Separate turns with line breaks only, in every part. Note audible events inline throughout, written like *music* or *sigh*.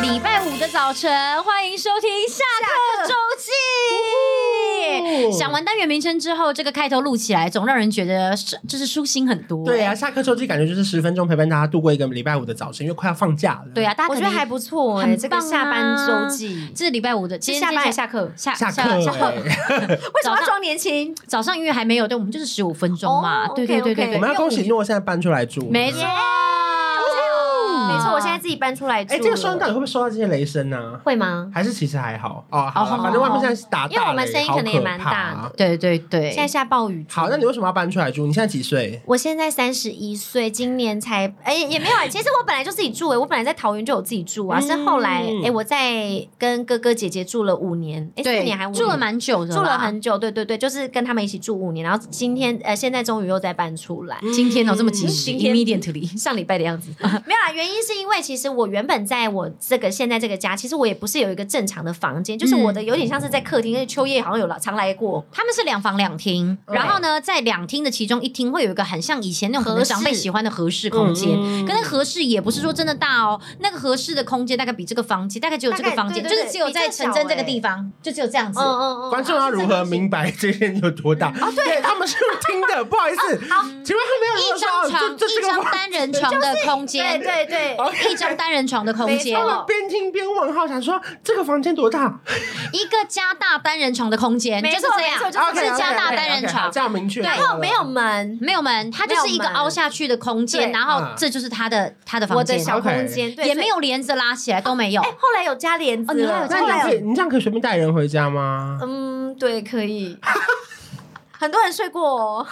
礼拜五的早晨，欢迎收听下课周记。想完单元名称之后，这个开头录起来，总让人觉得是就是舒心很多、
对啊，，下课周记感觉就是十分钟陪伴大家度过一个礼拜五的早晨，因为快要放假了。
对啊，大家
我觉得还不错哎、
很
这
棒
个
啊
下班周记，
这是礼拜五的，今
是
天
下班还
今
是
天
下课？
下
下课、
下 *laughs* 课
欸，
为什
早
么
上
要装年轻？
*laughs* 早上因为还没有，对我们就是十五分钟嘛，
哦
对对对
OK，OK
对
我
对，
们要恭喜诺现在搬出来住了，嗯
没错。
哎没错，我现在自己搬出来住
哎、
了。
这个声音到底会不会收到这些雷声呢、
会吗？
还是其实还好哦，好
哦
啦，反正外面现在是打
因为
大
我
雷，
们声音
好
可能也
可
蛮
怕啊
大的。
对对对，
现在下暴雨。
好，那你为什么要搬出来住？你现在几岁？
我现在三十一岁，今年才哎、也没
*laughs*
有啊。其实我本来就自己住哎、我本来在桃园就有自己住啊，
嗯
是后来哎、我在跟哥哥姐姐住了五年，哎、四
对
年还五年
住了蛮久的啦，
住了很久，对对对，就是跟他们一起住五年，然后今天呃现在终于又再搬出来。
今天哦这么及时
今天
，immediately
上礼拜的样子，没有啦。原因是因为其实我原本在我这个现在这个家，其实我也不是有一个正常的房间，就是我的有点像是在客厅，因为秋叶好像有来常来过，
他们是两房两厅，
嗯
对
然后呢，在两厅的其中一厅会有一个很像以前那种可能
合适
长辈喜欢的合适空间，
嗯
可那合适也不是说真的大哦，那个合适的空间大概比这个房间大概只有这个房间，
大概
就
对
是只有在城镇这个地方，就只有这样子。
嗯嗯嗯，
观众要如何明白这件有多大？
哦
啊，对，他们是用听
*laughs*
的，不好意思。好，请问他们有
一张
说
床，
哦这这
一
这个
张
话，
单人床的空
对
间，
对对，
一张单人床的空间
哦没，
他
错
们边听边问号，想说这个房间多大
一个加大单人床的空间，哦就
没
是
错
这样，
没错
啊？OK，
是加大单人床
这。样明确。
对
然后没有门，
没有门，它就是一个
没有门
凹下去的空间，
对
然后
嗯
这就是他的他的
我
房
的
间，
小
OK
空间，对，
也没有帘子拉起来都没有
所以。。哎，后来有加帘子
哦你还有
了，
加
那
后
你
来有
可以，你这样可以随便带人回家吗？
嗯，对，可 *laughs* 以。很多人睡过哦，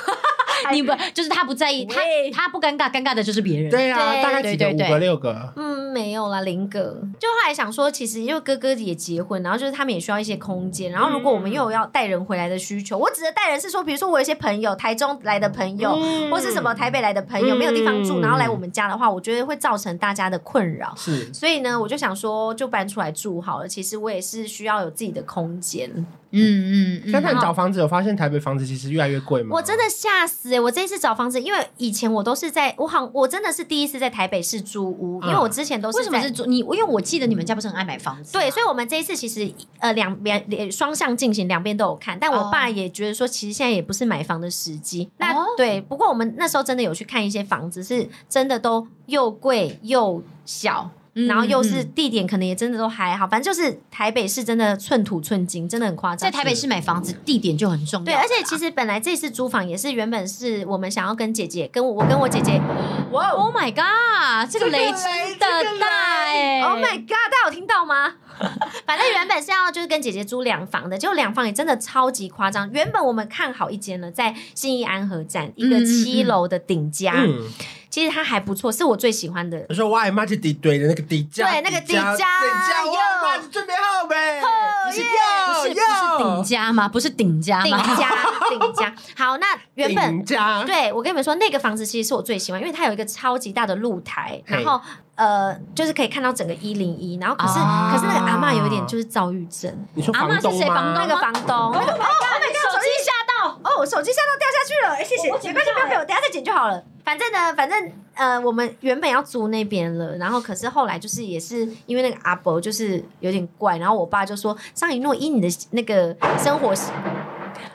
你不就是他不在意，他
喂
他不尴尬，尴尬的就是别人。
对啊，
对
大概几个？
对
五
对对
个、六个。
嗯，没有啦，零个。就后来想说，其实因为哥哥也结婚，然后就是他们也需要一些空间。然后如果我们
嗯
又有要带人回来的需求，我指的带人是说，比如说我有一些朋友，台中来的朋友，
嗯
或是什么台北来的朋友，没有地方
嗯
住，然后来我们家的话，我觉得会造成大家的困扰。
是，
所以呢，我就想说，就搬出来住好了。其实我也是需要有自己的空间。
嗯嗯嗯。
但是你找房子有发现台北房子其实越来越贵吗？
我真的吓死、欸！我这一次找房子，因为以前我都是在，我好，我真的是第一次在台北市租屋，因为
嗯
我之前都是
为什么
在
是租你？因为我记得你们家不是很爱买房子吗，啊
对，所以我们这一次其实呃两边呃双向进行，两边都有看。但
哦
我爸也觉得说，其实现在也不是买房的时机。那、
哦
对，不过我们那时候真的有去看一些房子，是真的都又贵又小。
嗯
然后又是
嗯
地点，可能也真的都还好，反正就是台北市真的寸土寸金，真的很夸张。
在台北市买房子，地点就很重要。
对，而且其实本来这次租房也是原本是我们想要跟姐姐，跟我我跟我姐姐
哇，Oh my God，这个雷真的大哎
，Oh my god，大家有听到吗？ *laughs* 反正原本是要就是跟姐姐租两房的，结果两房也真的超级夸张。原本我们看好一间呢，在信义安和站一
嗯嗯
个
嗯
七楼的顶家，
嗯，
其实它还不错，是我最喜欢的。
我说我爱骂去底堆的那个底价，
对那个
价，
底价
底价，
哟
我爱骂去这边后呗，不是
欸不是
哟
不是顶
哟，
家吗？不是顶家
顶
吗？
家，顶家。好，那原本
顶价，
对我跟你们说，那个房子其实是我最喜欢，因为它有一个超级大的露台，
嘿
然后呃，就是可以看到整个一零一。然后可是、
啊
可是那个阿嬷有一点就是躁郁症，
你说
阿嬷
房东
是谁房
吗
东
那？个房东，那个
手机吓到，
哦，我手机吓到掉下去了，哎谢谢，没关系，不用给我，等一下再剪就好了。反正呢，反正呃，我们原本要租那边了，然后可是后来就是也是因为那个阿伯就是有点怪，然后我爸就说：“张一诺，以你的那个生活习，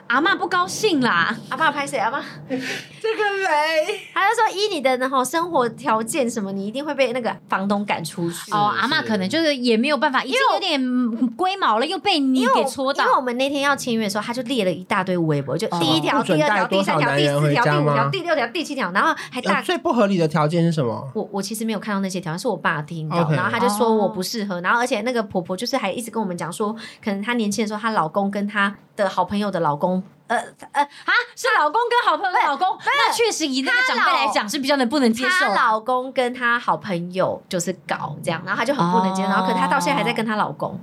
阿嬷不高兴啦。
阿爸拍谁？阿爸，
这个雷，
*laughs* 他就说以你的然后生活条件什么，你一定会被那个房东赶出去。”
哦，阿嬷可能就是也没有办法，已经有点龟毛了，又被你
因为
给
我
戳
因为
到。
我们那天要签约的时候，他就列了一大堆微博，就第一条、
不准
第二
带
条、
多
第
少
三条、
男
第
人
四
回
条、第
家
五条、
吗
第六条、第七条，然后还大
呃最不合理的条件是什么？
我我其实没有看到那些条，是我爸听到
OK
然后他就说我不
哦
适合，然后而且那个婆婆就是还一直跟我们讲说，可能她年轻的时候，她老公跟她的好朋友的老公
公。
呃呃，
啊，是老公跟好朋友的老公，那确实以那个长辈来讲是比较能不能接受
她
啊。
老公跟她好朋友就是搞这样，然后她就很不能接受，然后可她到现在还在跟她老公，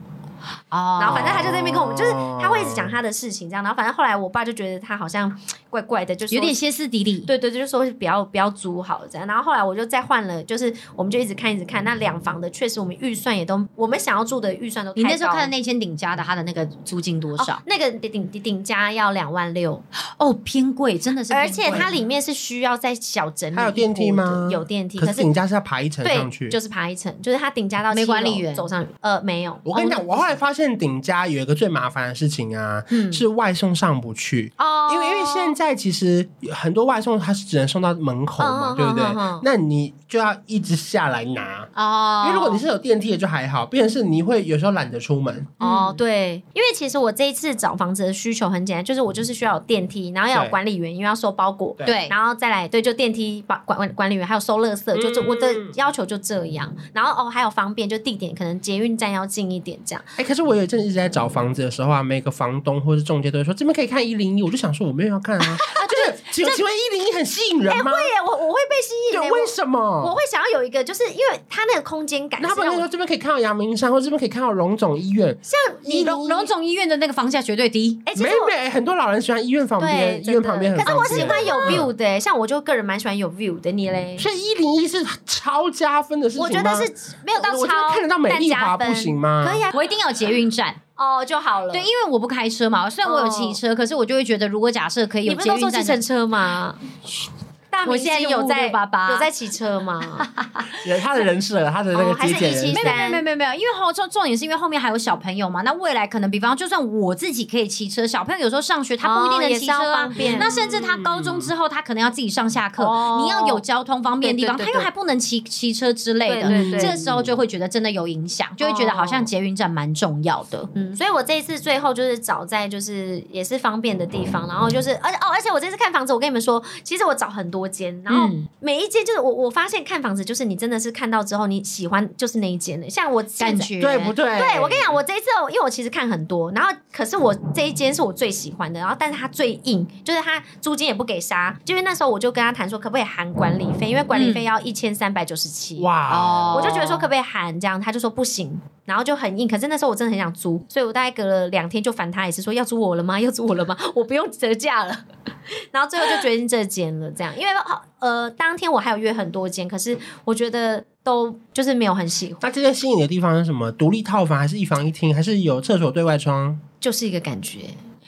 哦
然后反正她就在那边跟我们，就是
哦
她会一直讲她的事情这样，然后反正后来我爸就觉得她好像怪怪的，就说
有点歇斯底里。
对对，对就说是不要不要租好了这样。然后后来我就再换了，就是我们就一直看一直看。那两房的确实我们预算也都，我们想要住的预算都太
你
高。
那时候看的那间顶家的，它的那个租金多
哦
少？
那个顶顶顶家要两万 *laughs* 六，
哦，偏贵，真的是偏
而
贵。
且它里面是需要再小整理一
它
波的。
有电梯吗
有电梯，
可
可
是
是
顶家是要爬一层上去
对，。就是爬一层，就是它顶家到
没
七
管
楼
理员
走上，呃，没有。
我跟你讲，我后来发现顶家有一个最麻烦的事情啊，
嗯
是外送上不去。
哦，
因为因为现在其实很多外送它是只能送到门口嘛，
嗯
对不对
嗯嗯嗯？
那你就要一直下来拿，
哦
因为如果你是有电梯的就还好，变成是你会有时候懒得出门。
哦
嗯，
对，因为其实我这一次找房子的需求很简单，就是我就是需要有电梯，然后要有
对
管理员，因为要收包裹，
对
对，
然后再来对，就电梯管管管理员，还有收垃圾，就这、
嗯
我的要求就这样。然后哦，还有方便，就地点可能捷运站要近一点这样。
哎，可是我有一阵子一直在找房子的时候啊，每个房东或是中介都会说这边可以看一零一，我就想说我没有要看啊，就是请请问一零一很吸引人吗？
对，我哎我会被吸引、
对，
欸，
为什
我我
么？
会想要有一个，就是因为它那个空间感
嗯那他
是
们
让
说
我
这边可以看到阳明山，或者这边可以看到龙总医院，
像
你
你
龙龙。总医院的那个房价绝对低。
哎哎、其
美
实我
美很多老人喜欢医院旁
对
边，医院旁边很
可是我
方便啊
喜欢有 view 的、像我就个人蛮喜欢有 view 的，你嘞？
所以一零一是超加分的事情吗
我觉得是没有到
我觉得
超，
看得到美丽华
但加分
不行吗？
可以啊，
我一定要有捷运站，
哦就好了。
对，因为我不开车嘛，虽然我有骑车，可是我就会觉得，如果假设可以有
哦你不是
捷
都
运
坐
站
计
的，
程车吗？ *laughs* 大明
我现在
星
用
有在
5688
有在骑车吗？ *laughs*
有他的人设，他的那个
哦还
节
是
俭人
177
没
设
有没有没有没有没有，因为后重重点是因为后面还有小朋友嘛，那未来可能比方就算我自己可以骑车，小朋友有时候上学他不一定
哦也
能
是
骑
要
车啊
方，便
那甚至他高中之后他可能要自己上下课，
哦
你要有交通方便的地方，
对
他
对对
又还不能骑骑车之类的，
对对对
这个时候就会觉得真的有影响，就会觉得好像捷运站蛮重要的。
嗯，所以我这一次最后就是找在就是也是方便的地方，然后就是而且哦，而且我这次看房子，我跟你们说，其实我找很多间，然后
嗯
每一间就是我我发现看房子就是你真的是看到之后你喜欢就是那一间的，像我现
感
在。
觉
对不对？
对，我跟你讲，我这一次哦因为我其实看很多，然后可是我这一间是我最喜欢的，然后但是它最硬，就是它租金也不给杀，就是那时候我就跟他谈说可不可以含管理费，因为管理
嗯
费要一千三百九十七。
哇
哦
我就觉得说可不可以喊这样，他就说不行，然后就很硬。可是那时候我真的很想租，所以我大概隔了两天就烦他一次，说要租我了吗？要租我了吗？我不用折价了。 *laughs* 然后最后就决定这间了，这样，因为呃当天我还有约很多间，可是我觉得都就是没有很喜欢，
那这些吸引你的地方是什么？独立套房还是一房一厅，还是有厕所对外窗？
就是一个感觉。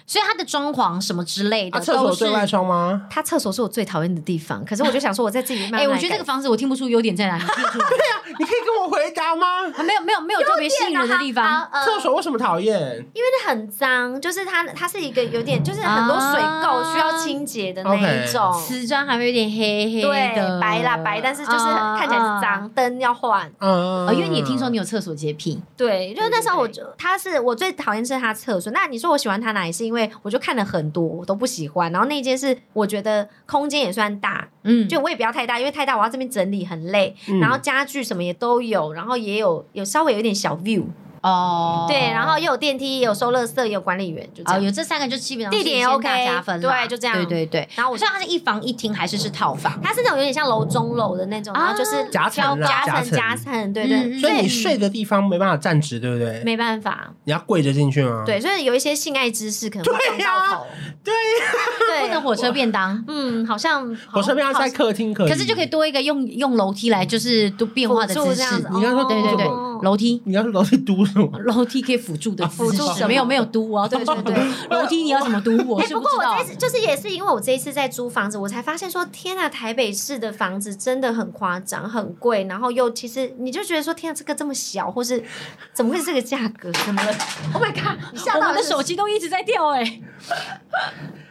所以它的装潢什么之类的
啊，厕
都
所
是
对。外窗吗？
他厕所是我最讨厌的地方，可是我就想说我在自己慢慢
哎、
改。
我觉得这个房子我听不出优点在哪里，听得出来吗
你可以跟我回答吗？
啊没有没有
*laughs*
没有特别吸引人的地方。
好，呃
厕所为什么讨厌？
因为它很脏，就是它它是一个有点就是很多水垢需要清洁的那一种。
瓷砖还会有点黑黑的，
哦对，白啦白，但是就是
嗯
看起来是脏，。灯要换。
嗯，
哦
呃，因为你也听说你有厕所洁癖，
对，就是
对
那时候我
对
就他是我最讨厌是他厕所。那你说我喜欢他哪里？是因为我就看了很多，我都不喜欢。然后那间是我觉得空间也算大，
嗯，
就我也不要太大，因为太大我要这边整理很累。
嗯
然后家具什么也都有，然后也有有稍微有一点小 view，
哦，
对，然后也有电梯，也有收垃圾，也有管理员，就这
哦
样。
有这三个就基本上
地点也
是先
OK，
大加分啦
对就这样
对对对。
然后
我
我
知道它是一房一厅还是是套房，
它是那种有点像楼中楼的那种，然后就是
夹层啦
加
夹
层
层
夹层，对
嗯
对
嗯，
所以你睡的地方没办法站直，对不对？
没办法，
你要跪着进去吗？
对，所以有一些性爱知识可能会
嗯
撞
对呀
到头，
对，
对，
不能火车便当，
嗯，好像
我身边要在
在
客厅可以，
可是就可以。多一个用用楼梯来，就是都变化的姿
这
势。
样子，
你刚刚说
对对对
哦，
楼梯
你要是楼梯嘟什么？
楼梯可以辅助的
辅
姿
助什
势，
么
没有没有嘟哦，对对对，楼梯你要怎么嘟？我
哎、
是
不
不
过
知
我
道
这一。次就是也是因为我这一次在租房子，我才发现说，天啊，台北市的房子真的很夸张，很贵，然后又其实你就觉得说，天啊，这个这么小，或是怎么会是这个价格？怎么了？Oh my god！你吓
我
到
们
了
的
是不
手
是
机都一直在掉哎、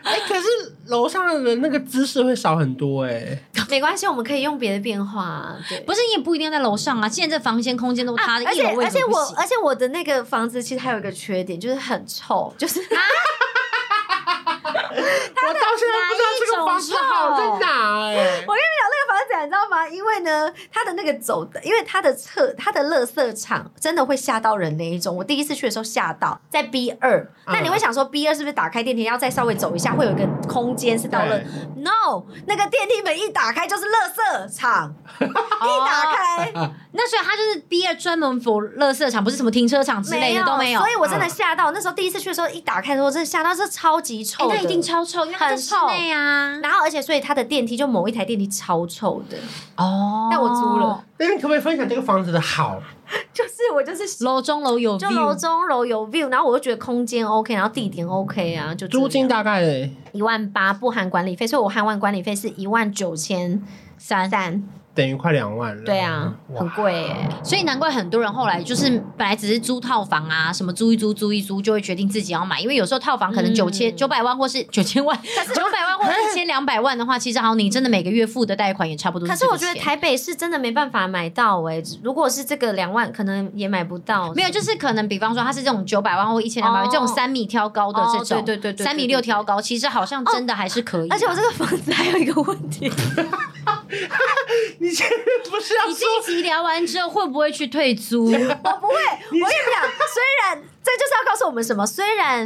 哎，可是楼上的那个姿势会少很多哎。
没关系，我们可以用别的变化。对，
不是，你也不一定要在楼上啊。现在这房间空间都
嗯啊
他的
而
一
且
楼位
而
置
且
不
我
行。
而且我的那个房子其实还有一个缺点，就是很臭，就是
我到现在不知道这个房子好在哪哎。哎
我跟你讲，那个房子感，你知道吗？因为呢，它的那个走的，因为它的侧它的垃圾场真的会吓到人那一种。我第一次去的时候吓到，在 B 二，
嗯
那你会想说 B 二是不是打开电梯要再稍微走一下，会有一个空间是到垃
对
No，那个电梯门一打开就是垃圾场，
哦
一呃打开
那所以它就是毕业专门 for 垃圾场，不是什么停车场之类的都没有。
所以我真的
嗯
吓到。那时候第一次去的时候，一打开的时候真的吓到，是超级臭
哎
的，
那一定。超臭，因为它在室内啊。
然后而且所以它的电梯就某一台电梯超臭的，
哦
但我租了，
那你可不可以分享这个房子的好？
就是我就是喜
楼中楼有
就
哦 view
楼中楼有 view，然后我就觉得空间 OK，然后地点 OK 啊，就
租金大概
一万八不含管理费，所以我含完管理费是一万九千三三，
等于快两万了。
对啊，很
哇，
贵耶、
所以难怪很多人后来就是本来只是租套房啊，什么租一租租一租，就会决定自己要买，因为有时候套房可能
嗯
九千九百万或
*laughs*
是九千万 *laughs* 九百万或一千两百万的话，其实好，你真的每个月付的贷款也差不多
可是
这个
我觉得
钱
台北市真的没办法买到哎、如果是这个两万，可能也买不到。
没有，就是可能比方说它是这种九百万或一千两百万
哦
这种三米挑高的
哦
这种，
对对对对对哦
三米六挑高，其实好像真的还是可以的。
而且我这个房子还有一个问题，哦
你这不是要
你
租
这一集聊完之后会不会去退
*laughs*
租？
我不会。我跟你讲，虽然这就是要告诉我们什么，虽然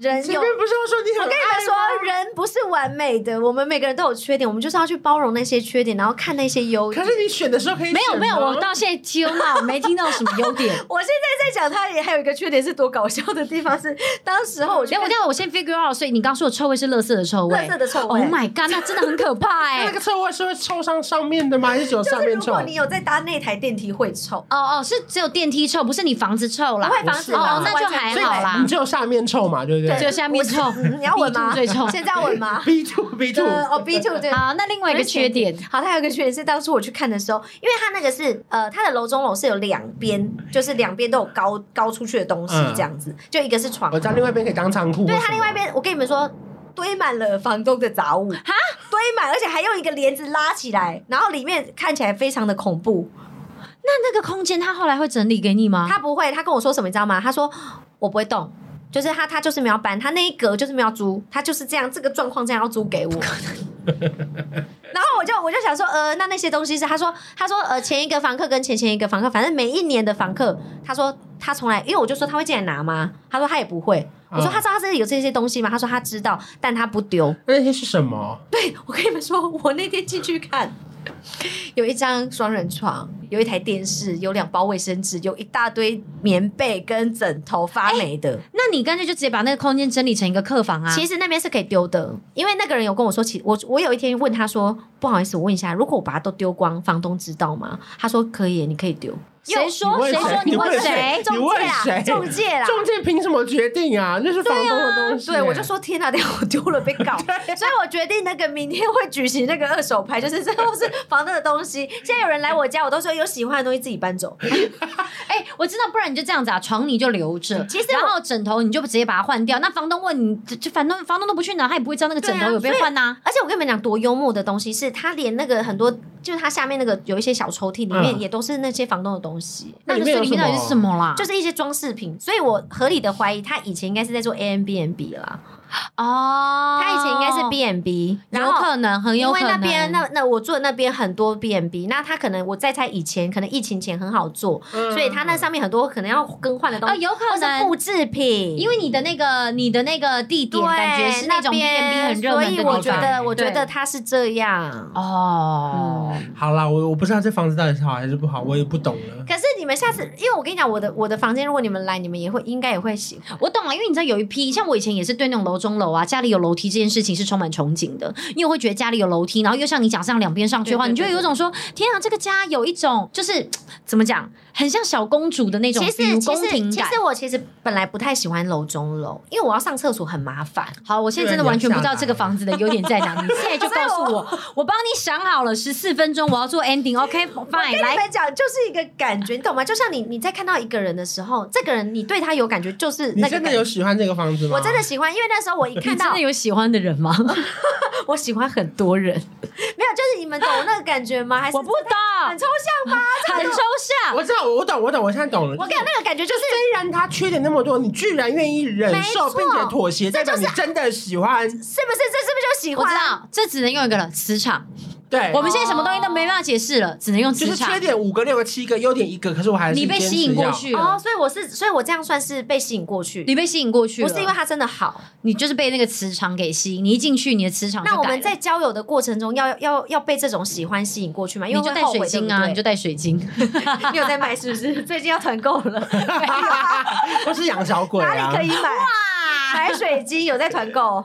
人
前 *laughs*
有。
面不是要说你
我
很
跟你们说，人不是完美的，我们每个人都有缺点，我们就是要去包容那些缺点，然后看那些优点
可。是你选的时候可以
没有
选
没有，
吗
我到现在听到没听到什么优点。
我现在在讲他也还有一个缺点是多搞笑的地方是，当时 *laughs* 候我去
等我
看
等我先 figure out，所以你刚说的臭味是垃圾的臭味，
垃圾的臭味
Oh my god，那真的很可怕
*laughs*
哎、
那个车位是会抽上上面的吗？还是只有上
就是
面
如
抽？
果你有在搭那台电梯会臭，
哦哦，是只有电梯臭，不是你房子臭啦。
不会房子
哦
啦
哦，那就还
完全不
好
会
啦
你。只有下面臭嘛，对不对
只有下面臭，
嗯你要
*laughs*
闻
B2
吗？
最臭。
现在要闻吗？
？B two B two，
呃哦，B two 对。
好，那另外一个缺点，
好，它有一个缺点是，当初我去看的时候，因为它那个是呃，它的楼中楼是有两边，就是两边都有高高出去的东西，
嗯
这样子，就一个是床
我，在另外一边可以当仓库。
对，它另外一，边，我跟你们说。堆满了房东的杂物，哈，堆满，而且还用一个帘子拉起来，然后里面看起来非常的恐怖。
那那个空间他后来会整理给你吗？
他不会，他跟我说什么，你知道吗？他说我不会动，就是他，他就是没有要搬，他那一格就是没有要租，他就是这样，这个状况这样要租给我。然后我就我就想说，呃，那那些东西是他说他说呃前一个房客跟前前一个房客，反正每一年的房客，他说他从来，因为我就说他会进来拿吗？他说他也不会。我说
嗯
他知道他这里有这些东西吗？他说他知道，但他不丢。
那些是什么？
对，我跟你们说，我那天进去看，有一张双人床，有一台电视，有两包卫生纸，有一大堆棉被跟枕头发霉的。
那你干脆就直接把那个空间整理成一个客房啊。
其实那边是可以丢的，因为那个人有跟我说，其我我有一天问他说，不好意思，我问一下，如果我把它都丢光，房东知道吗？他说可以，你可以丢。
谁说
你问
谁
谁
说你
你
问
问
谁
谁？
中介
你问
啦，
谁
中介啦，
中介凭什么决定啊？那是房东的东西。哎
对，我就，说天哪，等一下我丢了被
*laughs*
告，所以我决定那个明天会举行那个二手拍，就是最后是房东的
*laughs*
东西。现在有人来我家，我都说有喜欢的东西自己搬走。
哎、我知道，不然你就这样子啊，床你就留着，
其实我
然后枕头你就直接把它换掉。那房东问你，就就反正房东都不去拿，他也不会知道那个枕头有被
啊
换啊呐、
而且我跟你们讲，多幽默的东西是，他连那个很多，就是他下面那个有一些小抽屉，里面
嗯
也都是那些房东的东西，
那
那
个
里
水
面有
里面
什
到
么
底是什么啦？
啊就是一些装饰品。所以我合理的怀疑，他以前应该是在做 A M B N B 啦，
哦，
他以前应该是 B N B，然
有
后
可能，很有可
因为
能。
那边那那我住的那边很多 B N B，那他可能我在猜以前可能疫情前很好做，
嗯
所以他那上面很多可能要更换的东
啊、
西，
有可
或是
能
布。制品，
因为你的那个你的那个地
对
点感觉是种 B
边
n 很热门的地
所以
方，
我觉得我觉得
对
他是这样。
哦，
嗯
好啦，我我不知道这房子到底是好还是不好，我也不懂了。
可是你们下次，因为我跟你讲，我的我的房间，如果你们来，你们也会应该也会喜欢。
我懂啊了，因为你知道有一批像我以前也是对那种楼中楼啊，家里有楼梯这件事情是充满憧憬的，因为会觉得家里有楼梯，然后又像你讲这样两边上去的话，
对对
你就会有一种说天啊，这个家有一种就是怎么讲，很像小公主的那种
其实
女
其
宫
实
廷
其
感。
实我其实本来不太喜欢楼中楼，因为我要上厕所很麻烦。
好，我现在真的完全不知道这个房子的优点在哪，你现在就告诉我， *laughs* 我帮你想好了，十四分钟我要做 ending，OK、fine，
跟你
来。
们讲，就是一个感觉，你懂吗？就像你你在看到一个人的时候，这个人你对他有感觉，就是
你
那个
真
感
的
觉
有。喜欢这个房子吗？
我真的喜欢，因为那时候我一
你
看
真
到
的，有喜欢的人吗？ *laughs*
我喜欢很多人，没有，就是你们懂那个感觉吗？还是
我不懂
很，抽象吧？
很抽象。
我知道，我懂，我懂，我现在懂了。
我跟你讲，那个感觉就是
虽然他缺点那么多，你居然愿意忍受
没错
并且妥协，代表你真的喜欢。
是不是？这是不是就喜
我
欢
知
啊？
道，这只能用一个了，磁场。
对，
我们现在什么东西都没办法解释了，只能用
哎
磁
就是
场
缺。点五个、六个、七个，优点一个，可是我还是
你被
坚持
吸引过
要
去
哦，
了，
所以我是，所以我这样算是被吸引过去，
你被吸引过去
不
了，
是因为它真的好。
你就是被那个磁场给吸引，你一进去你的磁场就
那我们
改了
在交友的过程中要，要要被这种喜欢吸引过去嘛？因为
你就
会
带
后悔
水晶啊，
对
你
不 *laughs*
就带水晶，
对你有在卖是不是？ *laughs* 最近要团购了，
*laughs* 我是养小鬼
哪
啊
里可，以买？买水晶有在团购，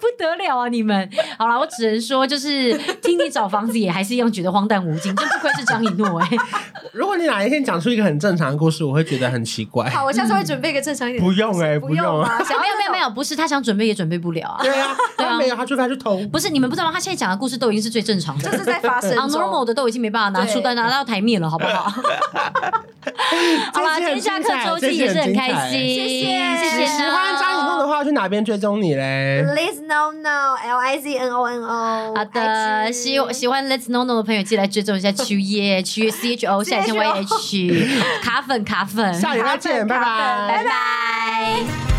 不得了啊！你们好了，我只能说，就是听你找房子也还是一样觉得荒诞无尽，真不愧是张以诺
*laughs*
哎、
如果你哪一天讲出一个很正常的故事，我会觉得很奇怪。
好，我下次会准备一个正常一点的。
不用哎，
嗯不用欸
啊。
吗？ *laughs* 想要
没有没有
那种
没有，不是他想准备也准备不了啊，
对啊，
对啊
他没有，他就他去投。
不是你们不知道吗？他现在讲的故事都已经是最正常的，
就是在发生
啊
中 *laughs*
normal 的都已经没办法拿出
对
拿到台面了，好不好？好啦，今
这
天
一集
下
很
课
精彩
周记也是很开心，
这一集
谢
很精彩
谢
谢谢
呢，
喜欢张以诺的话，去哪边追踪你嘞？
Liz No No L I Z N O N O。
好的，喜喜欢 Let's No No 的朋友，记得来追踪一下 E 秋叶，秋叶 C H O *laughs* 下线 Y H 卡粉卡粉，
下礼拜见，拜
拜
拜
拜。
拜。